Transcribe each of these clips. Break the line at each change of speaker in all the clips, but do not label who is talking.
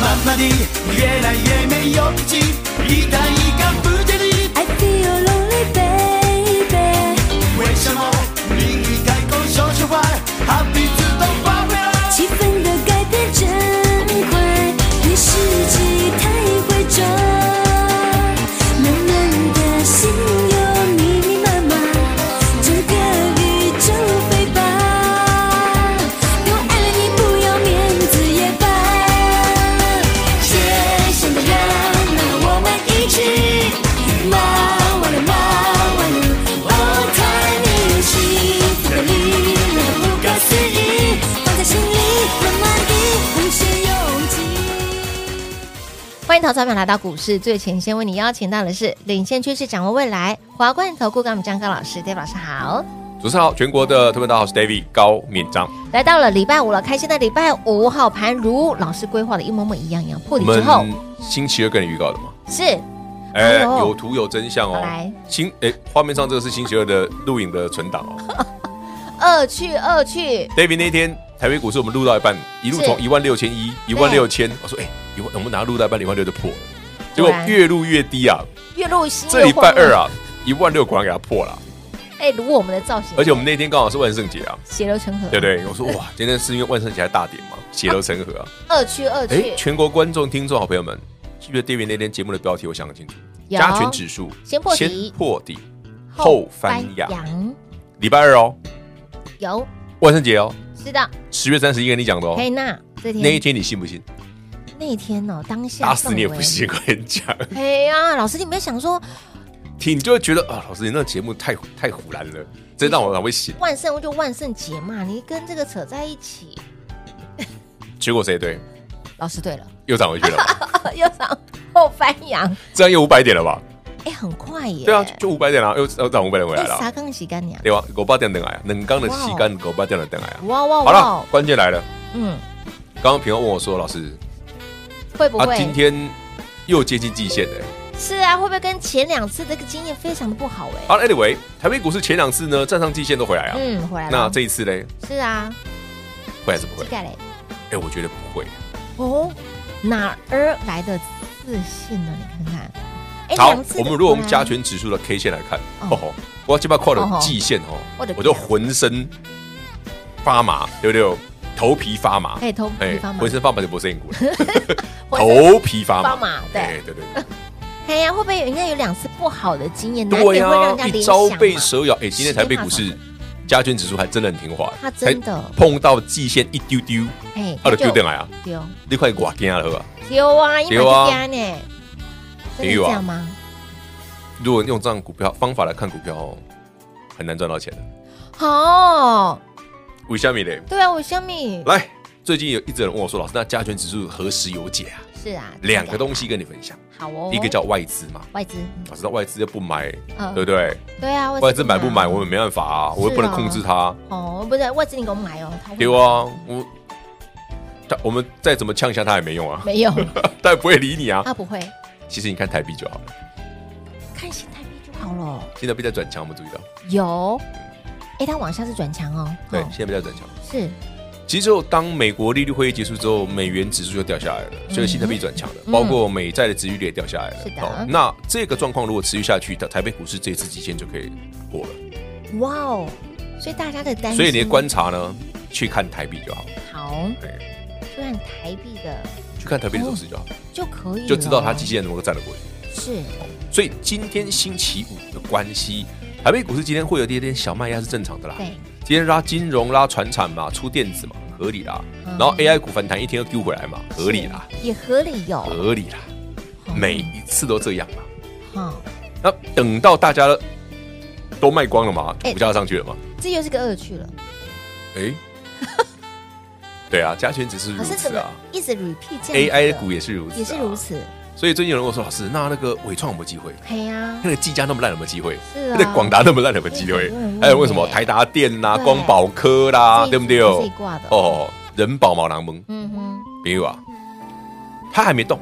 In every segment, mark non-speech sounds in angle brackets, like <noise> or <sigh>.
慢慢的，越来越没有脾气，一单一个不接力。
I feel lonely, baby。
为什么你一开口说出话，好比自动发挥了？
气氛的改变真快，对世界太会转。慢慢的心有密密麻麻，整个宇宙飞吧。我爱了你，不要面子也罢。天生的人，那么我们一起。马万路，马万路，哦，太迷信，的力量不可思议，放在心里，慢慢地，无限勇气。
欢迎投资者朋友来到股市最前线，为你邀请到的是领先趋势、掌握未来华冠投顾高敏章高老师，David 老师好。
主持人好，全国的特别大家好，我是 David 高敏章。
来到了礼拜五了，开心的礼拜五，好盘如老师规划的一模模一样一样，破底之后
星期二跟你预告的嘛，
是哎
哎，
呦
有图有真相
好
哦
来。
星哎，画面上这个是星期二的录影的存档
<laughs>
哦。
二去二去，
David 那天台北股市我们录到一半，一路
是
从一万六千一、一万六千，我说哎，一万我们拿到录到一半一万六就破了，结
果
果
然
越录越低啊。
越录新
这礼拜二，啊，一万六果然给它破了，
哎，如我们的造型，
而且我们那天刚好是万圣节啊，
血流成河，
对不对？我说哇，今天是因为万圣节还大点嘛，血流成河啊。
二去二
哎，
去，
全国观众、听众、好朋友们，记不记得 David 那天节目的标题？我想很清楚，
有
加权指数
先破底
破底后翻扬。
扬，
礼拜二哦，
有
万圣节哦，
是的，
十月三十一跟你讲的哦，
黑娜这天
那一天你信不信？
那一天哦，当下
打死你也
氛
不
围。
信，我跟你讲，
嘿呀、老师，你没有想说
听你就会觉得啊，老师你那节目太太胡乱了，真让我很会醒。
万圣就万圣节嘛，你跟这个扯在一起。
结果谁对？
老师对了， <laughs>
又涨回去了，
又涨后翻扬，
这样又五百点了吧？
哎、很快耶。
对啊，就五百点了，又又涨五百点回来
哎，
了
啥，刚洗干娘？
对吧？狗八点等来啊，冷刚的洗干狗八点的等来啊。
哇哇
好
哇哦
了！，关键来了，
嗯，
刚刚平安问我说，老师，
会不
啊，
会？
今天又接近季线了。
是啊，会不会跟前两次的这个经验非常的不好哎、
好，anyway，台北股市前两次呢站上季线都回来啊，
嗯，回来了。
那这一次嘞
是啊，
会还是不
膝
会？
盖嘞。
哎，我觉得不会。
哦，哪儿来的自信呢？你看看。哎
好
两次，
我
的
们如果我们加
回来
权指数的 K 线来看，
哦
哦吼，我要这把跨
哦吼
了季线哦
我的，啊
我就浑身发麻，对不对？头皮发麻，
哎头皮发麻
浑身发麻就不是硬股了，
<laughs> 浑身
头皮发麻，
发麻对
哎对对对
哎呀，会不会人家有两次不好的经验，难
对
免会让
呀
人家，
一
联
朝
想啊
被
嘛
蛇咬，哎，今天台北股
十
市加权指数还真的很听话，
啊它真的
才碰到季线一丢丢，
哎，
它就丢进来啊，
丢
你快挂惊了好吧？
丢啊，一买
对
就
啊
加呢，真的是
对啊
这样吗？
如果用这样股票方法来看股票哦，很难赚到钱的。
哦，
为什么嘞？
对啊，我小米
来，最近有一直有人问我说，老师，那加权指数何时有解啊？
是啊，
两个东西跟你分享，
好哦，
一个叫外资嘛，
外资，
老师，那外资又不买，
嗯
对不对？
对啊，
外资买不买，我
们
们没办法啊，我又不能控制它，
哦，不是外资你给我买哦，它会
对啊，我他我们再怎么呛一下他也没用啊，
没
<laughs>
有，
他也不会理你啊。
他不会
其实你看台币就好了，
看新台币就好了，
现在币在转强，我们注意到，
有，哎，它往下是转强哦，
对
哦，
现在币在转强。
是
其实，当美国利率会议结束之后，美元指数就掉下
嗯
来了，所以新台币转强了，包括美债的值率率也掉下来了。
嗯
哦
是的
那这个状况如果持续下去，台台北股市这次极限就可以过了。
哇哦，所以大家的担心，
所以你的观察呢，去看台币就好，
好，
对，
就按台币的
去看台
哦
币的走势就好，
就可以了，
就知道它极限能够站得过去。
是
所以今天星期五的关系，台北股市今天会有一点点小卖压是正常的啦。
对，
今天拉金融、拉船产嘛，出电子嘛，合理啦。
嗯
然后 AI 股反弹一天又丢回来嘛，合理啦，
是，也合理有，
合理啦，每一次都这样嘛。
好。
那等到大家都卖光了嘛，
哎
股价上去了嘛？
这又是个恶趣了。
哎、
<laughs>
对啊，加权只是
可
如
是怎
此
么
啊
一直 repeat 这样子的
，AI 股也是如此、啊，
也是如。此？
所以最近有人跟我说，老师，那那个伟创有没有机会？
嘿呀，
那个技嘉那么烂有没有机会？
是啊
那个广达那么烂有没有机
对
会
很多人？问
还有为什么
欸
台达电啦、
对
光宝科啦，对不对？
这一挂的，
哦，人保毛囊蒙，
嗯哼，
比如啊，它还没动，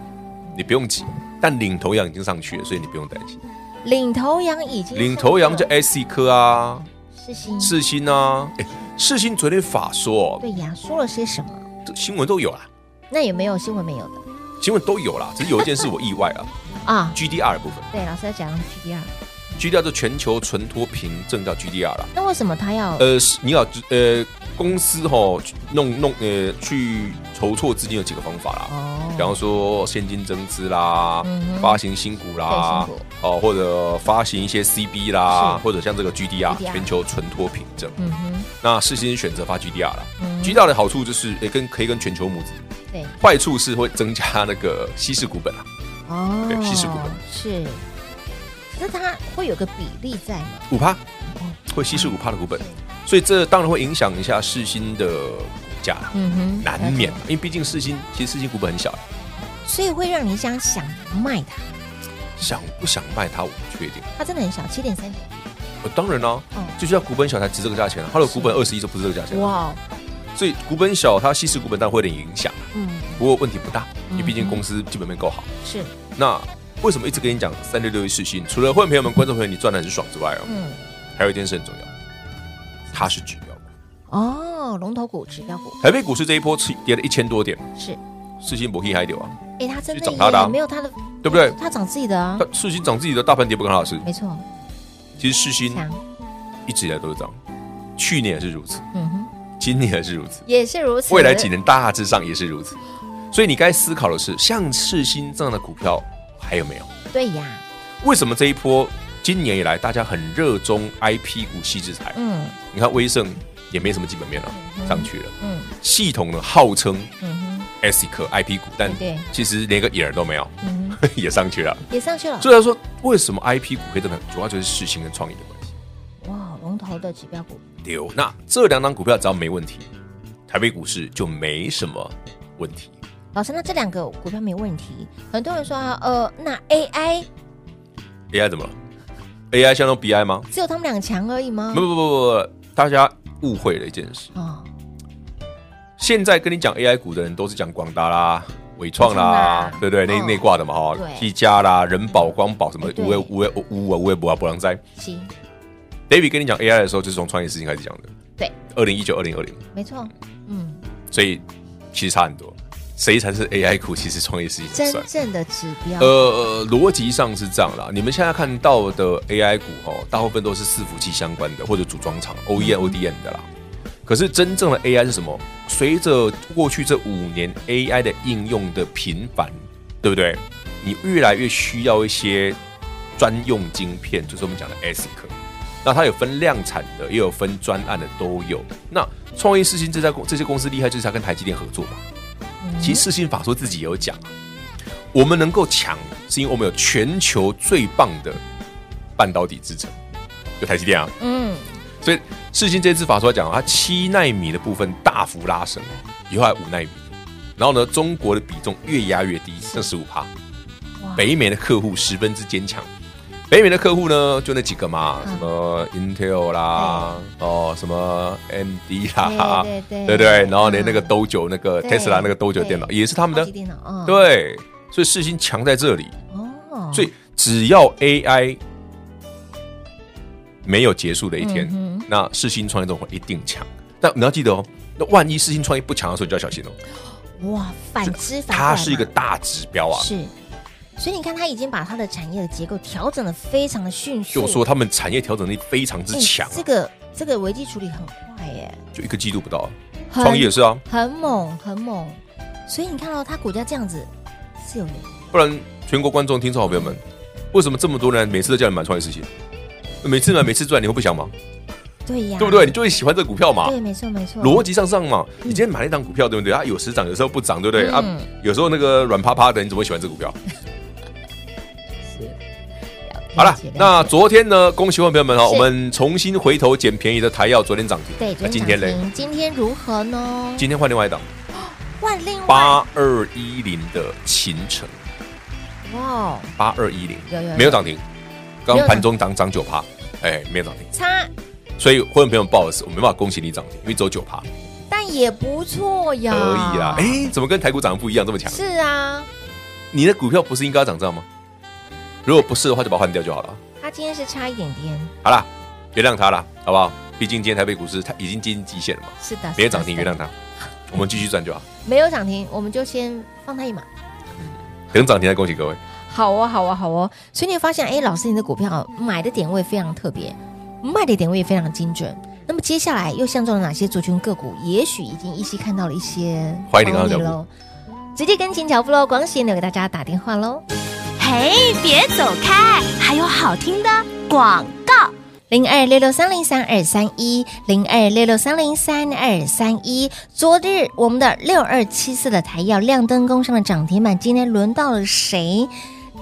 你不用急，但领头羊已经上去了，所以你不用担心。
领头羊已经
领头羊叫 SC 科啊，
是新，
世新啊，哎，世新昨天法说哦
对呀，说了些什么？
这新闻都有啦，
那有没有新闻没有的
新闻都有啦，只是有一件事我意外啊
啊？
，GDR 的部分
对，老师要讲 GDR，
，GDR 就全球存托凭证叫 GDR 啦。
那为什么他要
呃，是你要呃，公司哈、去弄弄呃，去筹措资金有几个方法啦，
哦
比方说现金增资啦，
嗯哼
发行新股啦
对新股，
哦、或者发行一些 CB 啦，
是
或者像这个 GDR,
GDR
全球存托凭证，
嗯哼，
那事先选择发 GDR 啦。
嗯
GDR 的好处就是，诶、跟可以跟全球母子，
对，
坏处是会增加那个稀释股本啊，
哦，
对稀释股本
是，可是它会有个比例在嘛？
五趴，会稀释五趴的股本，所以这当然会影响一下世新的股价啦。
嗯哼
难免，因为毕竟世新其实世新股本很小，
所以会让你想想卖它，
想不想卖它我不确定。
它真的很小，七点三九，
呃当然啦、
嗯
就是要股本小才值这个价钱啊，它的股本二十一就不是这个价钱啊，
哇，哦
所以股本小它稀释股本当然会有点影响，啊
嗯，
不过问题不大，因为
嗯
毕竟公司基本面够好。
是，
那为什么一直跟你讲三六六一世新？除了会员朋友们、观众朋友你赚的很爽之外哦，
嗯，
还有一件事很重要，它是指标股。
哦，龙头股、指标股
台北股市这一波是跌了一千多点，
是，
世新不 h 还丢啊，
哎，它真
去
的
找它的啊
也没有它的，
对不对？
它涨自己的啊，
但世新涨自己的大盘跌不跟他的事，
没错，
其实世新
强，
一直以来都是这样，去年也是如此，
嗯哼，
今年也是如此，
也是如此，
未来几年大致上也是如此。所以你该思考的是，像世新这样的股票还有没有？
对呀，
为什么这一波今年以来大家很热衷 IP 股细制裁？
嗯
你看威盛也没什么基本面了，上去了。
嗯
系统呢号称
嗯
S 科 IP 股，但
对对
其实连个影儿都没有，
哼嗯哼，
<laughs> 也上去了。
也上去了，
所以他说，为什么 IP 股会这么样？主要就是世新跟创意的关系。
哇，龙头的指标股，
丢。那这两档股票只要没问题，台北股市就没什么问题。
老师，那这两个股票没问题，很多人说啊，呃，那 AI
AI 怎么了？AI 相当 BI 吗？
只有他们两个强而已吗
不？不不不不，大家误会了一件事。
哦，
现在跟你讲 AI 股的人都是讲广达啦、伟
伟
创啦
创啦，
对不对？那
嗯
那挂的嘛哈
对，
技嘉啦、人保、光宝什么
哎对
五位五位五位五位博啊博朗斋。
行，
David 跟你讲 AI 的时候，就是从创业事情开始讲的。
对，
二零一九、二零二零，
没错，嗯，
所以其实差很多。谁才是 AI 股？其实创业事情才
真
算。
正的指标，
呃，逻辑上是这样啦。你们现在看到的 AI 股哦，大部分都是伺服器相关的或者组装厂 E OEM、ODM 的啦。可是真正的 AI 是什么？随着过去这五年 AI 的应用的频繁，对不对？你越来越需要一些专用晶片，就是我们讲的 ASIC。那它有分量产的，也有分专案的，都有。那创业世新这家公这些公司厉害，就是它跟台积电合作嘛。其实世新法说自己也有讲啊，我们能够强，是因为我们有全球最棒的半导体制程，有台积电啊。
嗯，
所以世新这次法说讲，它啊七纳米的部分大幅拉升，以后还五纳米。然后呢，中国的比重越压越低，剩十五趴。北美的客户十分之坚强。北美的客户呢，就那几个嘛，
嗯
什么 Intel 啦，哦，什么 MD 啦，
对对对
对不对？然后连那个
嗯
都九那个
对
Tesla 那个都九电脑
对
也是他们
超
的
级，电脑，嗯，，
对，啊所以世新强在这里，
哦，
所以只要 AI 没有结束的一天，
嗯哼
那世新创业这种会一定强。但你要记得哦，那万一世新创业不强的时候，你就要小心哦。
哇，反之反过来
它
嘛
是一个大指标啊，
是，所以你看，他已经把他的产业的结构调整的非常的迅速，
就说他们产业调整力非常之
哎
强啊、
这个这个危机处理很快耶，
就一个季度不到啊。
很
创业也是啊，
很猛很猛，所以你看到他股价这样子是有原因，
不然全国观众、听众好朋友们，为什么这么多人每次都叫你买创业事情？每次买，每次赚，你会不想吗？
对呀，
对不对？你就会喜欢这个股票嘛？
对，没错没错，
逻辑上上嘛，你今天买了一档股票，对不对？它有时涨，有时候不涨，对不对？
嗯
啊，有时候那个软趴趴的，你怎么会喜欢这股
<laughs>
票？好了
解解，
那昨天呢？恭喜会员朋友们哦，
是
我们重新回头捡便宜的台药，昨天涨停。
对，昨
那
天
今天
涨
嘞？
停今天如何呢？
今天换另外一档
换另外
八二一零的秦城，
哇哦，
八二一零
有有有
没有涨停，刚
没有涨
刚盘中涨涨九趴，哎，没有涨停，
差，
所以会员朋友不好意思，我没办法恭喜你涨停，因为只有九趴
但也不错呀，
而已啦。哎，怎么跟台股涨得不一样这么强？
是啊，
你的股票不是应该要涨这样吗？如果不是的话，就把它换掉就好了。
它今天是差一点点，
好啦，原谅他啦，好不好？毕竟今天台北股市它已经接近极限了嘛，
是的，
没
是的 <laughs>
有涨停，
是
原
的
谅他，我们继续赚就好。
没有涨停，我们就先放它一马。
等涨停再恭喜各位。
好哦，好哦，好哦。所以你会发现，哎，老师，你的股票买的点位非常特别，卖的点位也非常精准。那么接下来又相中了哪些族群个股？也许已经依稀看到了一些
欢迎你跟上脚步
喽，直接跟紧脚步喽！广喜呢给大家打电话喽。
嘿，别走开，还有好听的广告。
零二六六三零三二三一，零二六六三零三二三一。昨日我们的六二七四的台药亮灯工上的涨停板，今天轮到了谁？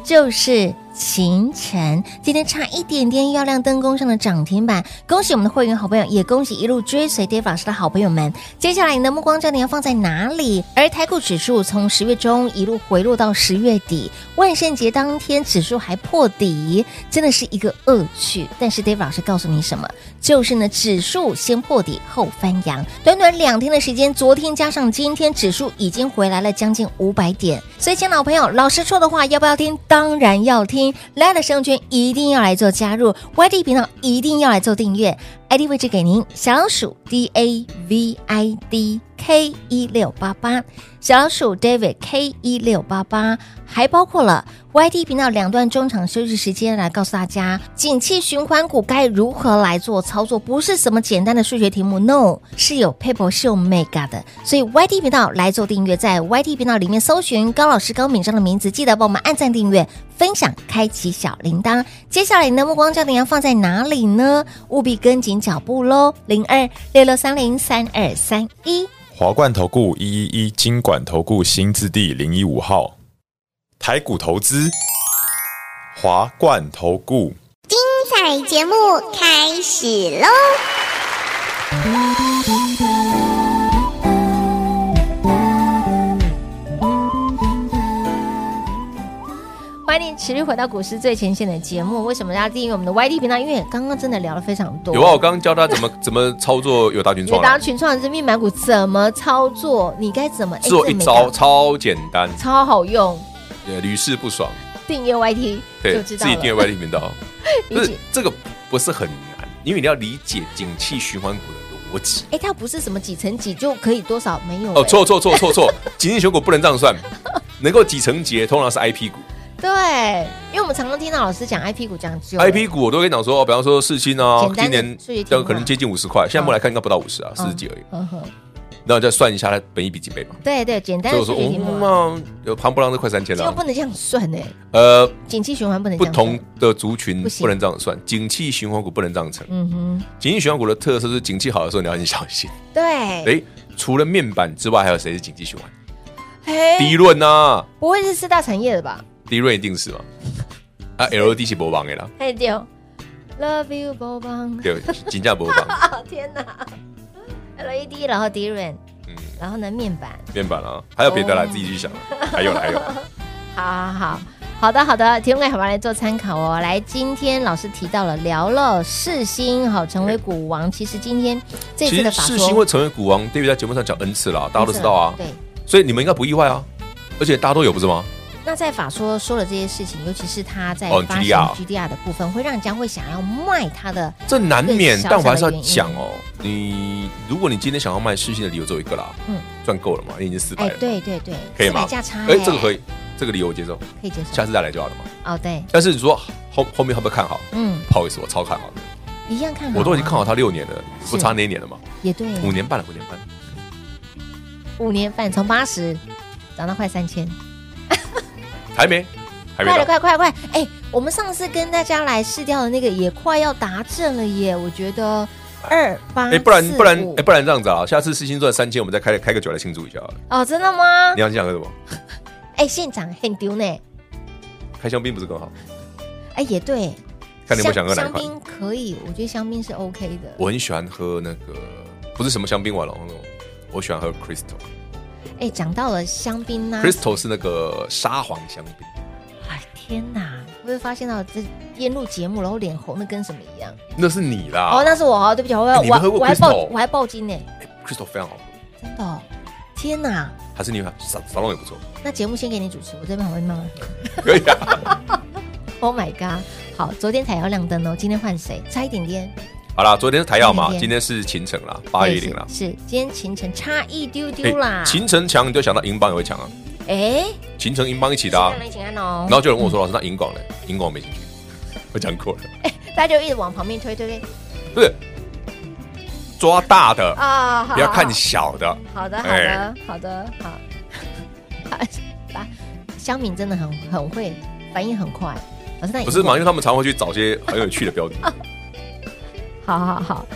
就是秦晨，今天差一点点要亮灯工上的涨停板，恭喜我们的会员好朋友，也恭喜一路追随 Dave 老师的好朋友们。接下来你的目光焦点要放在哪里？而台股指数从十月中一路回落到十月底，万圣节当天指数还破底，真的是一个恶趣。但是 Dave 老师告诉你什么？就是呢，指数先破底后翻扬，短短两天的时间，昨天加上今天，指数已经回来了将近五百点。所以，亲爱的老朋友，老师说的话要不要听？当然要听。来的生圈一定要来做加入，YT 频道一定要来做订阅，ID 位置给您小老鼠 D A V I D K 一六八八，小老鼠 David K 一六八八，还包括了 YT 频道两段中场休息时间，来告诉大家景气循环股该如何来做操作，不是什么简单的数学题目，no，是有 paper 是有 mega 的，所以 YT 频道来做订阅，在 YT 频道里面搜寻高老师高敏章的名字，记得帮我们按赞订阅。分享，开启小铃铛。接下来你的目光焦点要放在哪里呢？务必跟紧脚步喽！零二六六三零三二三一。
华冠投顾一一一金管投顾新字第零一五号，台股投资，华冠投顾。
彩节目开始喽！
欢迎持续回到股市最前线的节目。为什么大家订阅我们的 YT 频道？因为刚刚真的聊了非常多。
有啊，我刚刚教他怎么 <laughs> 怎么操作友达群
友
创啊，
达群创人这密码股怎么操作？你该怎么？哎
只有一
这没
招
搞
超简单，
超好用，
呃屡试不爽。
订阅 YT
对，
就
自
知
己
道
订阅
了。
外力频道，不
<laughs> 理
是
解
这个不是很难，因为你要理解景气循环股的逻辑。
哎，它不是什么几乘几就可以多少没有
哦，
哎
错错错错
<laughs>
错，景气选股不能这样算，能够几成节通常是 I P 股
对，因为我们常常听到老师讲 IP 股讲究
，I P 股我都跟你讲说，比方说世新啊
简，单
今
的
年
数学题
要
目
可能
嘛
接近五十块，现在目来看应该不到五十啊，四十几而已。
嗯哼，
那我再算一下它本益比几倍嘛，
对对，简单
所以
的
我说嗯
数学题目啊，
哦，那有庞布朗都快三千
就
了
不，能这样算哎，
呃，
景气循环不能这
不
样
同
算，
的族群
不行
不能这样算，景气循环股不能这样乘。
嗯哼，
景气循环股的特色是景气好的时候你要很小心。
对，
诶，除了面板之外，还有谁是景气循环？第
哎，
一轮呐，
不会是四大产业的吧？
第一轮一定是嘛？啊，LED 是博榜的啦，
哎对，Love you，宝棒，
对，金价博榜，
哦天哪，LED，然后 E Dren，
嗯，
然后呢面板，
面板啊，还有别的啦，
哦
自己去想啦。啊还有啦还有啦，
好好好。好的，好的，提供给好朋友来做参考哦。来，今天老师提到了聊了世新，好成为股王。其实今天这
其
次
实
的法
世新
说
会，成为股王，David 在节目上讲 N 次了，大家都知道啊，
对，
所以你们应该不意外啊，而且大家都有不是吗？
那在法说说了这些事情，尤其是他在
哦
发行
GDR
GDR 的部分，会让人家会想要卖他的
这难免
对，小
但我还是
小的
要
原因
讲哦，你如果你今天想要卖世新的理由只有一个啦，
嗯
嗯，赚够了嘛，你已经四百
哎
了，，
对对对，
可以吗
四百价差，
哎，这个可
以，
以，这个理由我接受，
可以接受
下。次再来就好了嘛。
哦，对，
但是你说后后面会不会看好？
嗯，
不好意思，我超看好的。
一样看好啊，
我都已经看好它六年了，
是嗯
不差那一年了嘛，
也对，
五年半了，五年半。
五年半，从八十涨到快三千，
还没，还
快
没
了，
到。
快快快！哎，我们上次跟大家来试掉的那个也快要达阵了耶，我觉得二八，
哎，不然不然
45
哎，不然这样子啊，下次四星赚三千，我们再开开个酒来庆祝一下好了。
哦，真的吗
你？要想喝什么？
哎，现场很丢呢，
开香槟不是更好？
哎，也对，
看你有没有想
香
喝哪一
香
款。
槟可以，我觉得香槟是 OK 的。
我很喜欢喝那个，不是什么香槟玩哦，那种我喜欢喝 Crystal。
哎，讲到了香槟呐、
Crystal 是那个沙皇香槟，
哎天哪！会不会发现到这边录节目，然后脸红的跟什么一样？
那是你啦。
哦，那是我哦，对不起，我
啊哎你
我
们
还
喝过
我还爆
Crystal？
我还爆金呢，
Crystal 非常好喝，
真的哦！天哪！
还是你看沙沙龙也不错，
那节目先给你主持，我这边旁边慢慢喝。
可以啊。
Oh my god！好，昨天才要亮灯哦，今天换谁？差一点点，
<laughs> 好啦，昨天是台药嘛，
今天
今天是秦城啦，八一零啦。
哎是是，今天秦晨差一丢
哎
丢啦。
秦城强你就想到银邦也会强啊，
哎，
秦城银邦一起的、啊
大，家请按哦
然。后就有人问我说：“老师，那银广呢？银广我没兴趣。” <laughs> 我讲过了，
大家就一直往旁边推推推
不是抓大的，
啊！好
不要看
好
小的。
好的，好
哎
的，好的，好。 <laughs> 啊，香敏真的很很会，反应很快。老师，那
不是嘛？因为他们常会去找些很有趣的标的。
好好好。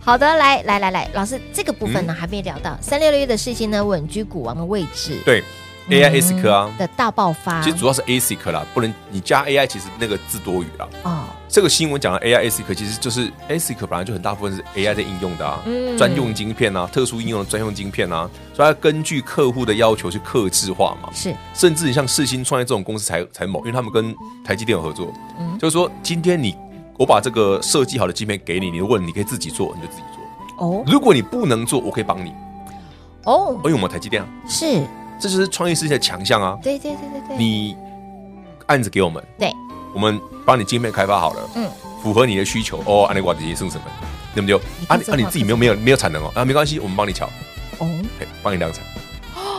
好的，来来来来，老师，这个部分
嗯
呢、还没聊到三六六的事情呢，稳居股王的位置，
对，AI
嗯
ASIC 啊，
的大爆发，
其实主要是 ASIC 啦，不能你加 AI，其实那个字多余啦。
哦，
这个新闻讲的 AI ASIC 其实就是 ASIC 本来就很大部分是 AI 在应用的啊，
嗯
专用晶片啊，特殊应用的专用晶片啊，所以它根据客户的要求去刻制化嘛。
是
甚至你像世新创业这种公司才才猛，因为他们跟台积电有合作，
嗯
就是说今天你我把这个设计好的晶片给你，你如果你可以自己做，你就自己做；
哦
如果你不能做，我可以帮你。
哦
因，为我们有台积电啊，
是
这就是创业世界的强项啊。
对对对对对，
你案子给我们，
对
我们帮你晶片开发好了，
嗯，
符合你的需求哦，按你瓦直接送什么，对不对？啊，
看这
你啊，你
话
自己没有没有没有产能哦，啊，没关系，我们帮你瞧，
哦
哎，帮你量产，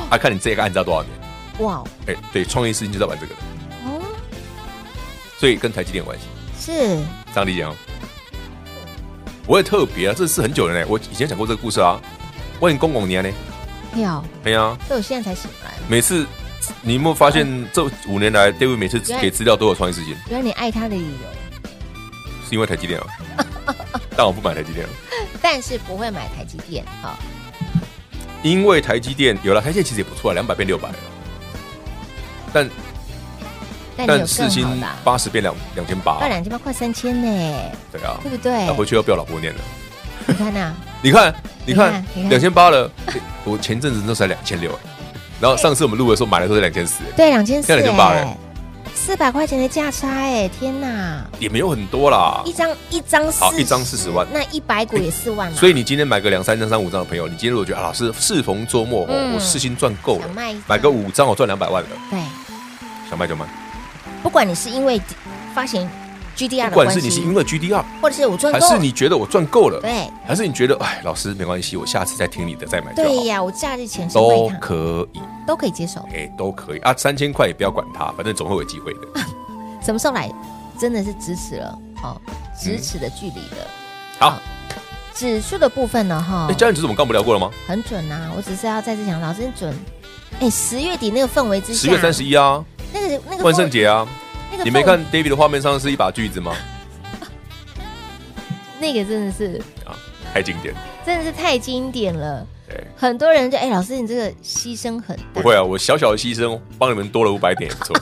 啊，看你这个案子要多少年，
哇
哎，对，创业事情就在玩这个了，
哦
所以跟台积电有关系，
是
这样理解哦。我也特别啊，这是很久了呢，我以前讲过这个故事啊，万公公年呢，
票，
哎呀，
所以我现在才醒来，
每次你有没有发现
嗯
这五年来，David 每次给资料都有创业事情，
原来你爱他的理由，
是因为台积电啊， <laughs> 但我不买台积电了。
但是不会买台积电啊、
因为台积电有了，台积电其实也不错啊，两百变六百，但
但你有
但四
更
星
好的、啊，
八十变两两千八啊
不，然两千八快三千呢，
对啊，
对不对
那？回去要不要老婆念了？
你看啊
<laughs>
呐、
你看，你看
你，看
两千八了， <laughs> 诶我前阵子那时候才两千六，哎然后上次我们录的时候买的时候是两千四，哎
对，两千四
现在2800
哎，四百块钱的价差哎，天哪！
也没有很多啦
一。张一张四
好，一张40万
那一百股也四万嘛。
所以你今天买个两三张、三五张的朋友，你今天如果觉得啊，老师适逢周末哦
嗯，
我事先赚够了
想卖一张，
买个五张我赚两百万了，
对，
想卖就卖。
不管你是因为发行 GDR
不
的关
管
系，
是你是因为 GDR，
或者是我赚够，
还是你觉得我赚够了，
对
还是你觉得哎，老师没关系，我下次再听你的再买就好。
对呀，我假日前是
都
为他
可以，
都可以接受。
哎、都可以啊，三千块也不要管它，反正总会有机会
<laughs>
的。
什么时候来？真的是咫尺了，哦，
嗯
咫尺的距离了。哦
好，
指数的部分呢，哈
哎、，家人指数我们刚不聊过了吗？
很准啊。我只是要再次讲，老师你准。哎，十月底那个氛围之下，
十月三十一啊，
那个那个
万圣
氛，
节啊，
那个
你没
氛
看 David 的画面上是一把锯子吗？
那个真的是
啊，太经典。
真的是太经典了。
对，
很多人就哎、老师你这个牺牲很
不
大，
会啊，我小小的牺牲帮你们多了五百点也
<laughs>
不错，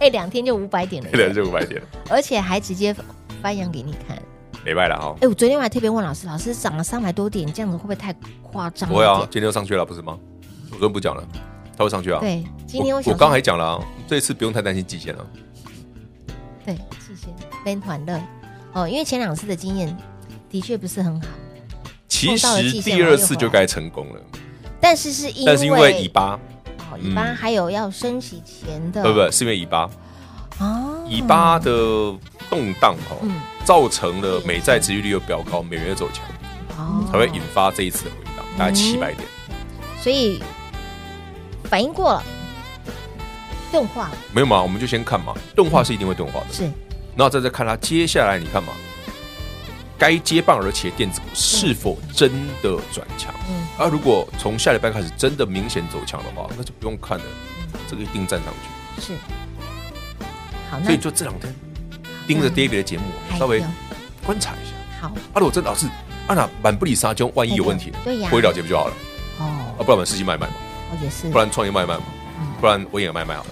哎，两、天就五百点了，
对了，这五百点，
而且还直接翻扬给你看。
没败了哈、
哎、我昨天我还特别问老师，老师涨了三百多点，这样子会不会太夸张？
不会啊，，今天又上去了，不是吗？我昨天不讲了，他会上去啊。
对，今
我
天我想
我
说
刚还讲了、啊，这一次不用太担心极限了。
对，谢谢Ben 团乐哦，因为前两次的经验的确不是很好，
其
碰到了极
实
限
第
我又
二次
回来
就该成功了，
但是是因为
但是因为尾巴，
哦尾巴
嗯
还有要升息前的，
不不，是因为尾巴，
哦，
以巴的动荡哈、哦
嗯
造成了美债殖利率又飙高，美元又走强，
哦嗯
才会引发这一次的回档，大概七百点。
所以反应过了，动画了
没有嘛，我们就先看嘛，钝化是一定会钝化的，
是
然后再再看它接下来，你看嘛，该接棒而且电子股是否真的转强？
嗯
而如果从下礼拜开始真的明显走强的话，那就不用看了，
嗯
这个一定站上去。
是，好，
所
那
以就这两天盯着 David 的节目
哎，
稍微
有
观察一下。
好
啊，如果真的老是啊那满不里沙中，万一有问题呢，
对呀
回了解不就好了？
哦
啊，，不然我们实际卖卖嘛，
哦也是
不，然创业卖卖嘛，
嗯
不然我也卖卖好了，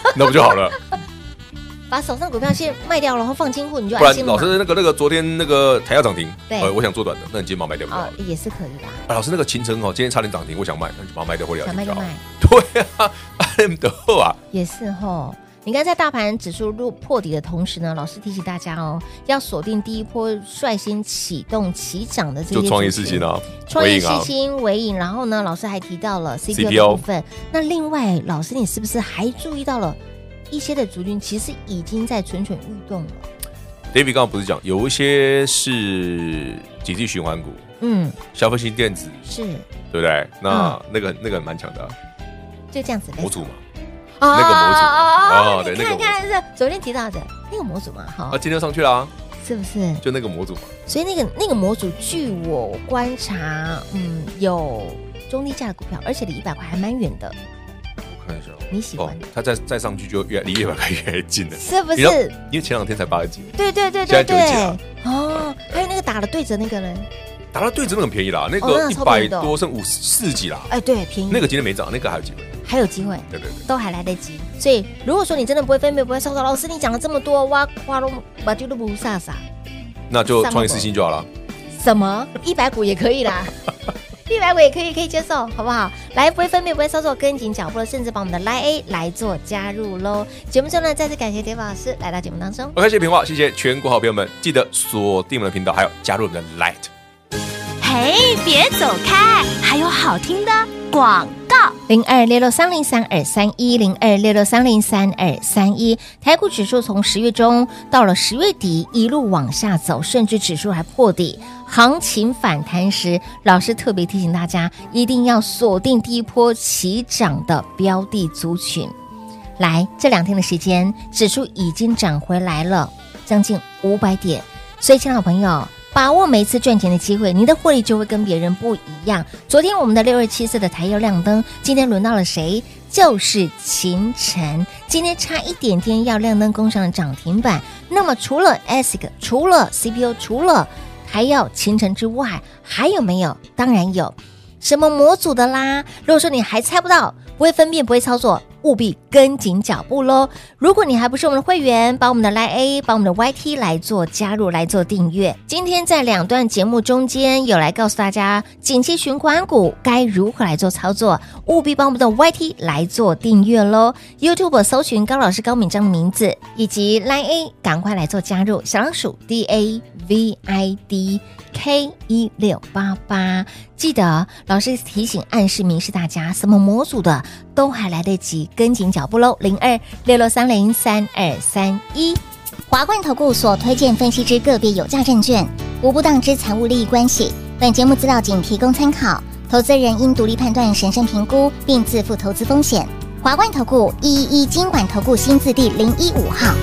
<laughs> 那不就好了？
<laughs> 把手上股票先卖掉，然后放金库，你就
不
安
然
心了
老
嘛。
师那个那个昨天那个台要涨停，
对
呃我想做短的，那你今天把它卖掉不就好
哦
了？
也是可以的啊，
啊，老师那个秦城哦，今天差点涨停，我想卖，那你就把它卖掉回了 <laughs>
想
解
卖
就
就
好了
卖。，
对啊，M 的后啊，
也是吼。你看，在大盘指数入破底的同时呢，老师提醒大家哦，要锁定第一波率先启动起涨的这些
就创业
族
事
群
情啊，
创
微
业
影
世
啊，
新、微影，然后呢，老师还提到了 CPU 的
CPO
部分。那另外，老师你是不是还注意到了一些的族群其实已经在蠢蠢欲动了？
David 刚刚不是讲有一些是景济循环股，
嗯，
消费性电子，
是
对不对？那、那个那个蛮强的啊
就这样子。
模组嘛，
哦
那个模组
哦
哦对
你
那个
看
模组
看是昨天提到的那个模组嘛，哈
啊，，今天上去了啊，
是不是？
就那个模组嘛，
所以那个那个模组，据我观察，嗯，有中低价的股票，而且离一百块还蛮远的，
我看一下哦。
你喜欢
哦，它再再上去就越离一百块越来越近了，
是不
你知道
是？
因为前两天才八十几，
对对对对
现在九
对
几了，
哦，还有那个打了对折那个人，
打到对折那很便宜啦，那
哦那
个一
超便宜
百
的哦
多剩五四几啦，
哎，对，便宜，
那个今天没涨，那个还有机会，
还有机会，
对对对，
都还来得及。所以如果说你真的不会分辨，不会操作，老师你讲了这么多，哇哇都把就都不飒飒，
那就
上不
创业
过
四星就好了。
什么一百股也可以啦。一百股也可以，可以接受，好不好？来，不会分辨，不会操作，跟紧脚步了，甚至把我们的 Line A 来做加入喽。节目最后呢，再次感谢 David 老师来到节目当中。
OK，谢谢平话，谢谢全国好朋友们，记得锁定我们的频道，还有加入我们的 Light。
嘿，别走开，还有好听的广告。
零二六六三零三二三一零二六六三零三二三一，台股指数从十月中到了十月底一路往下走，甚至指数还破底。行情反弹时，老师特别提醒大家，一定要锁定第一波起涨的标的族群。来，这两天的时间，指数已经涨回来了，将近五百点。所以，亲爱的朋友，把握每一次赚钱的机会，您的获利就会跟别人不一样。昨天我们的六二七四的台油亮灯，今天轮到了谁？就是秦晨，今天差一点点要亮灯攻上了涨停板。那么除了 ASIC，除了 CPU，除了还有秦晨之外，还有没有？当然有，什么模组的啦。如果说你还猜不到，不会分辨，不会操作，务必跟紧脚步喽。如果你还不是我们的会员，把我们的 Line A，把我们的 YT 来做加入，来做订阅。今天在两段节目中间有来告诉大家，景气循环股该如何来做操作，务必帮我们的 YT 来做订阅喽。YouTube 搜寻高老师高敏章的名字，以及 Line A，赶快来做加入，小老鼠 D A V I D。K 一六八八，记得老师提醒、暗示、明示大家，什么模组的都还来得及，跟紧脚步喽！零二六六三零三二三一。
华冠投顾所推荐分析之个别有价证券，无不当之财务利益关系。本节目资料仅提供参考，投资人应独立判断、审慎评估，并自负投资风险。华冠投顾一一一金管投顾新字第零一五号。